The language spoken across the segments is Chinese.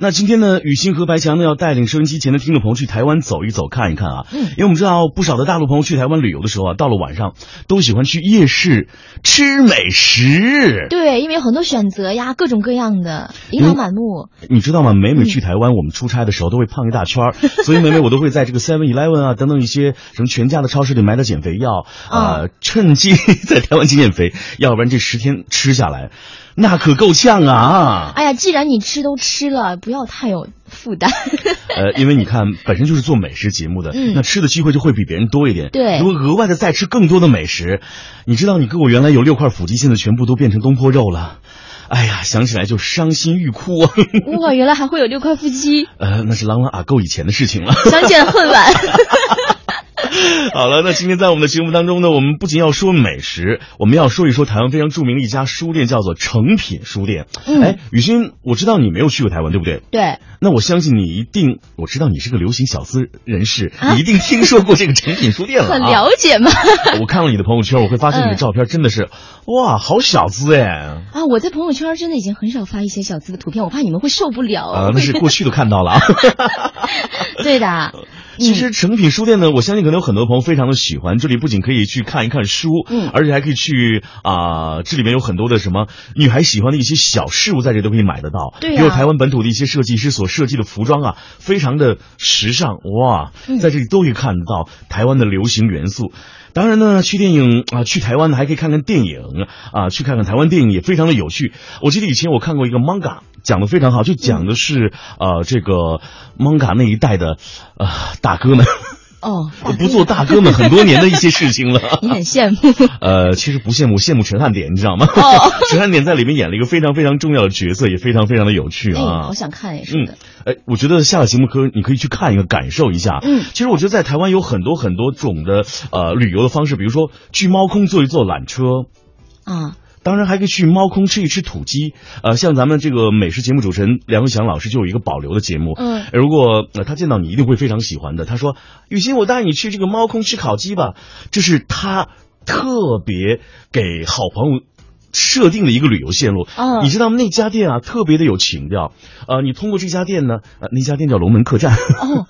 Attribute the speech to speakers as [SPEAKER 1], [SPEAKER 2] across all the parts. [SPEAKER 1] 那今天呢，雨欣和白强呢要带领收音机前的听众朋友去台湾走一走、看一看啊。
[SPEAKER 2] 嗯
[SPEAKER 1] 因为我们知道不少的大陆朋友去台湾旅游的时候啊，到了晚上都喜欢去夜市吃美食。
[SPEAKER 2] 对，因为有很多选择呀，各种各样的，琳
[SPEAKER 1] 因为
[SPEAKER 2] 琅满目。
[SPEAKER 1] 你知道吗？每每去台湾，我们出差的时候都会 胖一大圈儿，所以每每我都会在这个 Seven Eleven 啊等等一些什么全家的超市里买点减肥药，呃，趁机 在台湾减减肥，要不然这十天吃下来，那可够呛啊！
[SPEAKER 2] 哎呀，既然你吃都吃了，不要太有负 担。
[SPEAKER 1] 呃，因为你看，本身就是做美食节目的，
[SPEAKER 2] 嗯
[SPEAKER 1] 那吃的机会就会比别人多一点。
[SPEAKER 2] 对
[SPEAKER 1] 如果额外的再吃更多的美食，你知道，你哥我原来有六块腹肌，现在全部都变成东坡肉了，哎呀，想起来就伤心欲哭啊！
[SPEAKER 2] 哇，原来还会有六块腹肌，
[SPEAKER 1] 呃，那是郎朗阿够以前的事情了。
[SPEAKER 2] 想起来恨晚。
[SPEAKER 1] 好了，那今天在我们的节目当中呢，我们不仅要说美食，我们要说一说台湾非常著名的一家书店，叫做诚品书店。
[SPEAKER 2] 嗯
[SPEAKER 1] 哎，啊雨欣，我知道你没有去过台湾，对不对？
[SPEAKER 2] 对，
[SPEAKER 1] 那我相信你一定，我知道你是个流行小资人士，
[SPEAKER 2] 啊
[SPEAKER 1] 你一定听说过这个诚品书店了、啊。
[SPEAKER 2] 很了解嘛。
[SPEAKER 1] 我看了你的朋友圈，我会发现你的
[SPEAKER 2] 嗯
[SPEAKER 1] 照片真的是，哇，好小资哎！
[SPEAKER 2] 啊，我在朋友圈真的已经很少发一些小资的图片，我怕你们会受不了。
[SPEAKER 1] 啊、那是过去都看到了 啊。
[SPEAKER 2] 对的，
[SPEAKER 1] 其实诚品书店呢，我相信可能有很多朋友非常的喜欢，这里不仅可以去看一看书，
[SPEAKER 2] 嗯
[SPEAKER 1] 而且还可以去啊、这里面有很多的什么女孩喜欢的一些小事物，在这都可以买得到。
[SPEAKER 2] 对呀啊
[SPEAKER 1] 比如台湾本土的一些设计师所设计的服装啊，非常的时尚哇，
[SPEAKER 2] 嗯
[SPEAKER 1] 在这里都可以看得到台湾的流行元素。当然呢，去电影啊、去台湾呢还可以看看电影啊、去看看台湾电影也非常的有趣。我记得以前我看过一个 manga，讲的非常好，就讲的是、呃这个 manga 那一代的呃大哥们，
[SPEAKER 2] 哦，
[SPEAKER 1] 我不做大哥们很多年的一些事情了。
[SPEAKER 2] 你很羡慕。
[SPEAKER 1] 呃，其实不羡慕，羡慕陈汉典，你知道吗？
[SPEAKER 2] 哦
[SPEAKER 1] 陈汉典在里面演了一个非常非常重要的角色，也非常非常的有趣
[SPEAKER 2] 哎，
[SPEAKER 1] 啊
[SPEAKER 2] 好。想看也是
[SPEAKER 1] 嗯
[SPEAKER 2] 的。，
[SPEAKER 1] 哎，我觉得下了节目可你可以去看一个，感受一下。
[SPEAKER 2] 嗯
[SPEAKER 1] 其实我觉得在台湾有很多很多种的呃旅游的方式，比如说去猫空坐一坐缆车，
[SPEAKER 2] 啊，
[SPEAKER 1] 当然还可以去猫空吃一吃土鸡。呃，像咱们这个美食节目主持人梁文祥老师就有一个保留的节目，
[SPEAKER 2] 嗯，
[SPEAKER 1] 如果、呃、他见到你，一定会非常喜欢的。他说：“雨欣，我带你去这个猫空吃烤鸡吧。”这是他特别给好朋友设定的一个旅游线路。
[SPEAKER 2] 哦
[SPEAKER 1] 你知道吗那家店啊，特别的有情调。呃，你通过这家店呢，呃，那家店叫龙门客栈。
[SPEAKER 2] 哦，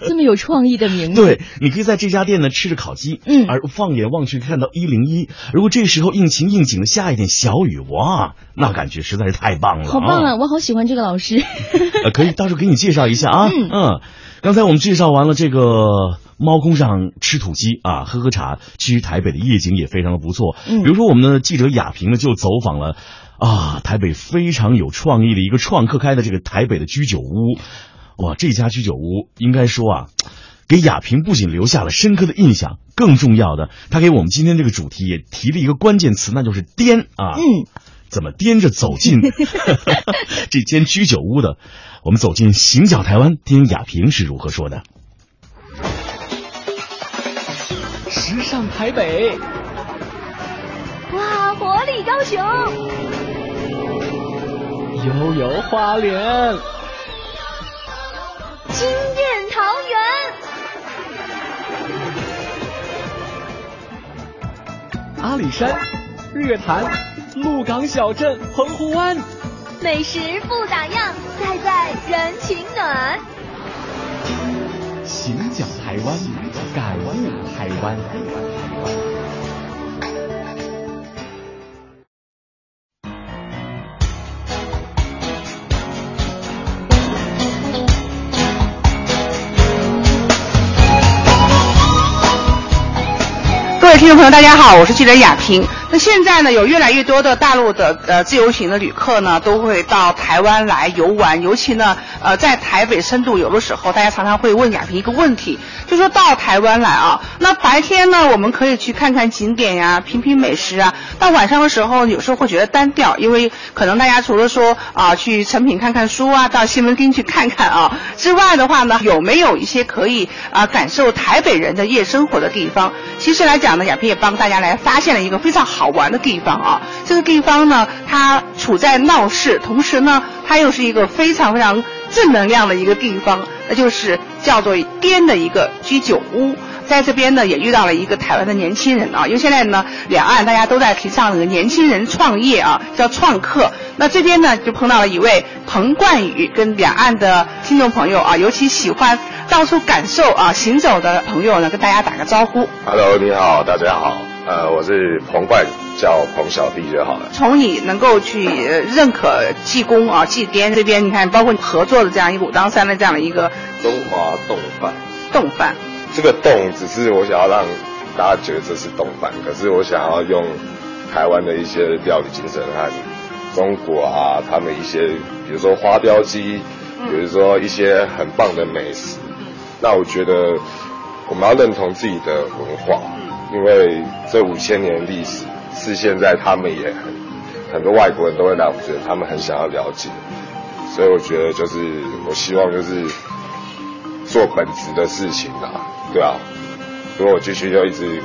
[SPEAKER 2] 这么有创意的名 字。
[SPEAKER 1] 对，你可以在这家店呢吃着烤鸡，
[SPEAKER 2] 嗯
[SPEAKER 1] 而放眼望去看到一零一。如果这时候应情应景的下一点小雨，哇，那感觉实在是太棒了，
[SPEAKER 2] 好棒
[SPEAKER 1] 啊！
[SPEAKER 2] 啊！我好喜欢这个老师。
[SPEAKER 1] 呃，可以，到时候给你介绍一下啊。
[SPEAKER 2] 嗯
[SPEAKER 1] 刚才我们介绍完了这个猫空上吃土鸡啊，喝喝茶，其实台北的夜景也非常的不错。
[SPEAKER 2] 嗯
[SPEAKER 1] 比如说我们的记者亚平呢，就走访了啊，台北非常有创意的一个创客开的这个台北的居酒屋。哇，这家居酒屋应该说啊。给亚平不仅留下了深刻的印象，更重要的，他给我们今天这个主题也提了一个关键词，那就是“颠”啊。
[SPEAKER 2] 嗯，
[SPEAKER 1] 怎么颠着走进 这间居酒屋的？我们走进《行脚台湾》，听雅萍是如何说的。
[SPEAKER 3] 时尚台北，
[SPEAKER 4] 哇，活力高雄，
[SPEAKER 3] 悠游花莲，
[SPEAKER 4] 惊艳桃园。
[SPEAKER 3] 阿里山、日月潭、鹿港小镇、澎湖湾，
[SPEAKER 4] 美食不打烊，再在人情暖。
[SPEAKER 3] 行脚台湾，感悟台湾。
[SPEAKER 5] 各位听众朋友，大家好，我是记者雅萍。那现在呢，有越来越多的大陆的呃自由行的旅客呢，都会到台湾来游玩，尤其呢，呃，在台北深度游的时候，大家常常会问雅萍一个问题，就说到台湾来啊，那白天呢，我们可以去看看景点呀，品品美食啊，到晚上的时候，有时候会觉得单调，因为可能大家除了说啊、去成品看看书啊，到西门町去看看啊之外的话呢，有没有一些可以啊、感受台北人的夜生活的地方？其实来讲呢，亚萍也帮大家来发现了一个非常好玩的地方啊。这个地方呢，它处在闹市，同时呢，它又是一个非常非常正能量的一个地方，那就是叫做滇的一个居酒屋。在这边呢也遇到了一个台湾的年轻人啊，因为现在呢两岸大家都在提倡这个年轻人创业啊，叫创客。那这边呢就碰到了一位彭冠宇，跟两岸的听众朋友啊，尤其喜欢到处感受啊行走的朋友呢，跟大家打个招呼。
[SPEAKER 6] Hello，你好，大家好，呃，我是彭冠，叫彭小弟就好了。
[SPEAKER 5] 从你能够去呃认可技工啊、技编这边，你看包括你合作的这样一个武当山的这样的一个
[SPEAKER 6] 中华冻饭，
[SPEAKER 5] 动漫，
[SPEAKER 6] 这个冻只是我想要让大家觉得这是冻饭，可是我想要用台湾的一些料理精神和中国啊，他们一些比如说花雕鸡，比如说一些很棒的美食，那我觉得我们要认同自己的文化，因为这五千年历史是现在他们也很很多外国人都会来，我觉得他们很想要了解，所以我觉得就是我希望就是做本职的事情啊，对啊，如果我继续就一直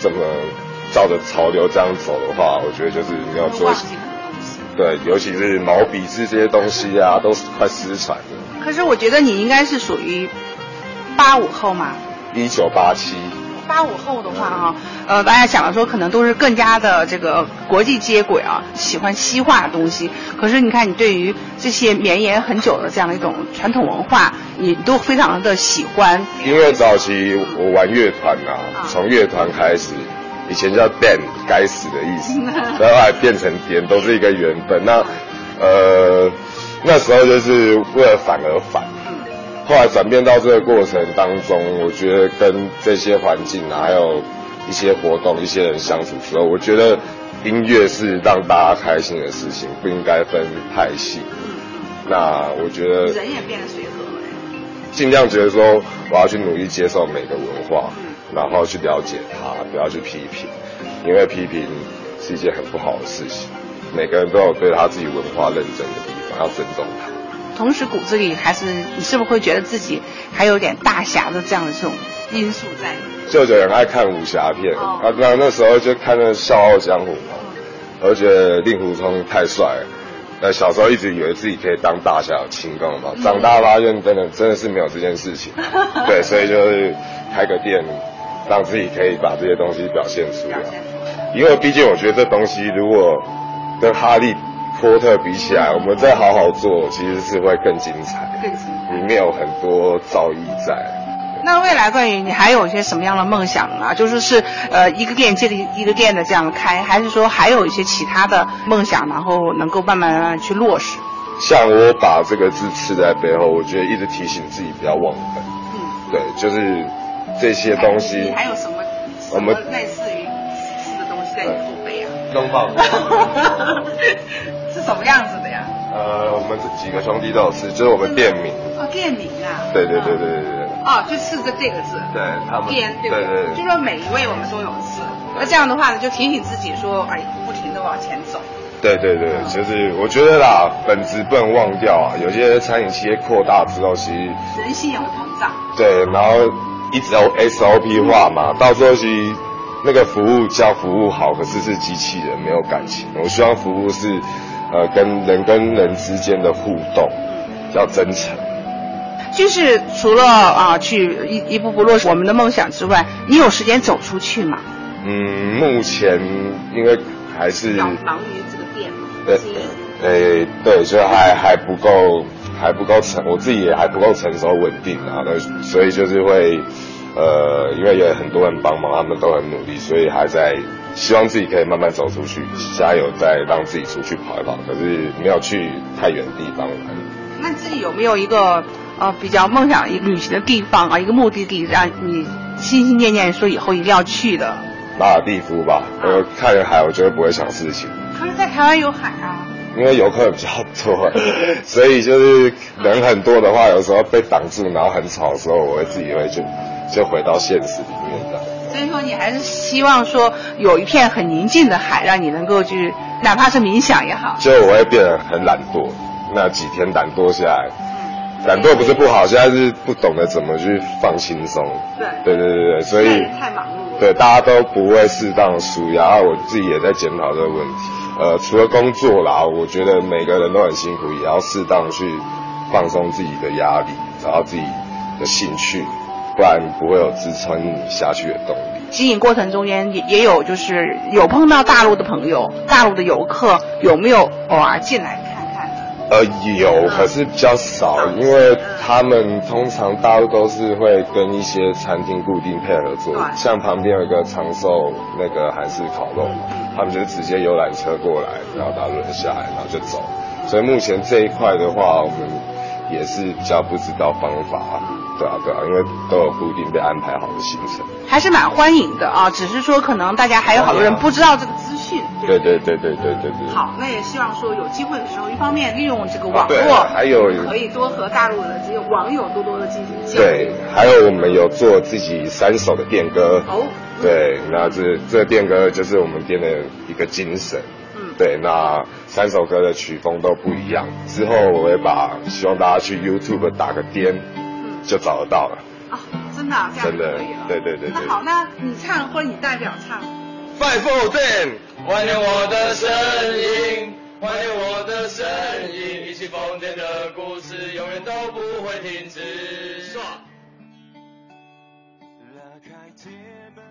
[SPEAKER 6] 这么照着潮流这样走的话，我觉得就是没有做。对，尤其是毛笔字这些东西啊，都是快失传了。
[SPEAKER 5] 可是我觉得你应该是属于八五后嘛。
[SPEAKER 6] 一九八七，
[SPEAKER 5] 八五后的话啊，呃，大家想的说可能都是更加的这个国际接轨啊，喜欢西化的东西。可是你看，你对于这些绵延很久的这样的一种传统文化，你都非常的喜欢。
[SPEAKER 6] 因为早期我玩乐团呐、
[SPEAKER 5] 啊
[SPEAKER 6] 啊，从乐团开始，以前叫 d a n 该死的意思，然后还变成点，都是一个缘分。那呃，那时候就是为了反而反。后来转变到这个过程当中，我觉得跟这些环境啊，还有一些活动、一些人相处之后，我觉得音乐是让大家开心的事情，不应该分派系。那我觉得
[SPEAKER 5] 人也变得随和了。
[SPEAKER 6] 尽量觉得说我要去努力接受每个文化，然后去了解它，不要去批评，因为批评是一件很不好的事情。每个人都有对他自己文化认真的地方，要尊重它。
[SPEAKER 5] 同时骨子里还是你是不是会觉得自己还有点大侠的这样的这种因素在？
[SPEAKER 6] 舅舅很爱看武侠片，
[SPEAKER 5] 哦
[SPEAKER 6] 啊，那那时候就看那《笑傲江湖》嘛，我觉得令狐冲太帅了。那小时候一直以为自己可以当大侠有轻功嘛，长大发现真的真的是没有这件事情。对，所以就是开个店，让自己可以把这些东西表现出来。因为毕竟我觉得这东西如果跟哈利波特比起来，我们再好好做，其实是会更精彩。更精彩，里面有很多造诣在。
[SPEAKER 5] 那未来关于你还有一些什么样的梦想呢？就是是呃一个店接着一个店的这样开，还是说还有一些其他的梦想，然后能够慢慢慢慢去落实？
[SPEAKER 6] 像我把这个字刺在背后，我觉得一直提醒自己不要忘本。
[SPEAKER 5] 嗯，
[SPEAKER 6] 对，就是这些东西。
[SPEAKER 5] 你还有什么
[SPEAKER 6] 我们
[SPEAKER 5] 什么类似于什么东西在你后背啊？
[SPEAKER 6] 拥抱。
[SPEAKER 5] 是什么样子的呀？
[SPEAKER 6] 呃，我们这几个兄弟都有吃，就是我们店名。
[SPEAKER 5] 哦，店名啊。
[SPEAKER 6] 对对对对对对。
[SPEAKER 5] 哦，就四个这个字。
[SPEAKER 6] 对他们。
[SPEAKER 5] 店对
[SPEAKER 6] 对
[SPEAKER 5] 不
[SPEAKER 6] 对对
[SPEAKER 5] 就说每一位我们都有字，那这样的话呢，就提醒自己说，哎，不停的往前走。
[SPEAKER 6] 对对对，就是我觉得啦，本质不能忘掉啊。有些餐饮企业扩大之后，其实
[SPEAKER 5] 人性也会膨胀。
[SPEAKER 6] 对，然后一直要 SOP 化嘛，到时候其实那个服务叫服务好，可是是机器人没有感情。我希望服务是呃跟人跟人之间的互动要真诚。
[SPEAKER 5] 就是除了啊去一一步步落实我们的梦想之外，你有时间走出去吗？
[SPEAKER 6] 嗯，目前因为还是
[SPEAKER 5] 忙于这个店嘛
[SPEAKER 6] 呃呃对，就还还不够还不够成，我自己也还不够成熟稳定啊，那所以就是会呃，因为有很多人帮忙，他们都很努力，所以还在希望自己可以慢慢走出去，加油，再让自己出去跑一跑，可是没有去太远的地方玩。
[SPEAKER 5] 那你自己有没有一个呃比较梦想一个旅行的地方啊，一个目的地，让你心心念念说以后一定要去的？
[SPEAKER 6] 马尔蒂夫吧，我看人海，我绝对不会想事情。
[SPEAKER 5] 可是，在台湾有海啊。
[SPEAKER 6] 因为游客比较多，啊 所以就是人很多的话，有时候被挡住，然后很吵的时候，我会自己会就就回到现实里面的。
[SPEAKER 5] 所以说，你还是希望说有一片很宁静的海，让你能够去，哪怕是冥想也好。
[SPEAKER 6] 就我会变得很懒惰，那几天懒惰下来，
[SPEAKER 5] 嗯
[SPEAKER 6] 懒惰不是不好，现在是不懂得怎么去放轻松。对对对对，所以
[SPEAKER 5] 太忙碌了。
[SPEAKER 6] 对大家都不会适当舒压，我自己也在检讨这个问题。呃，除了工作啦，我觉得每个人都很辛苦，也要适当去放松自己的压力，找到自己的兴趣，不然不会有支撑你下去的动力。
[SPEAKER 5] 吸引过程中间也也有就是有碰到大陆的朋友、大陆的游客，有没有偶尔进来看看？
[SPEAKER 6] 呃，有，可是比较少，因为他们通常大陆都是会跟一些餐厅固定配合做，
[SPEAKER 5] 对
[SPEAKER 6] 像旁边有一个长寿那个韩式烤肉，他们就是直接游览车过来，然后大陆人下来，然后就走。所以目前这一块的话，我们也是比较不知道方法，对啊，对啊，因为都有固定被安排好的行程。
[SPEAKER 5] 还是蛮欢迎的啊，只是说可能大家还有好多人不知道这个资讯。
[SPEAKER 6] 对对对对对对对。
[SPEAKER 5] 好，那也希望说有机会的时候，一方面利用这个
[SPEAKER 6] 啊
[SPEAKER 5] 网
[SPEAKER 6] 对
[SPEAKER 5] 络，
[SPEAKER 6] 还有
[SPEAKER 5] 可以多和大陆的这些网友多多的进行交流。
[SPEAKER 6] 对，还有我们有做自己三首的电歌。
[SPEAKER 5] 哦，
[SPEAKER 6] 对，那这这电歌就是我们店的一个精神。
[SPEAKER 5] 嗯，
[SPEAKER 6] 对，那三首歌的曲风都不一样。之后我会把希望大家去 YouTube 打个颠，
[SPEAKER 5] 嗯
[SPEAKER 6] 就找得到了。
[SPEAKER 5] 啊，真的啊，这样
[SPEAKER 6] 真的
[SPEAKER 5] 可以了。
[SPEAKER 6] 对对对对
[SPEAKER 5] 那好，那你唱或者你代表唱。
[SPEAKER 6] 拜佛殿，怀念我的声音，怀念我的声音，一起疯癫的故事永远都不会停止。
[SPEAKER 7] 拉开铁门，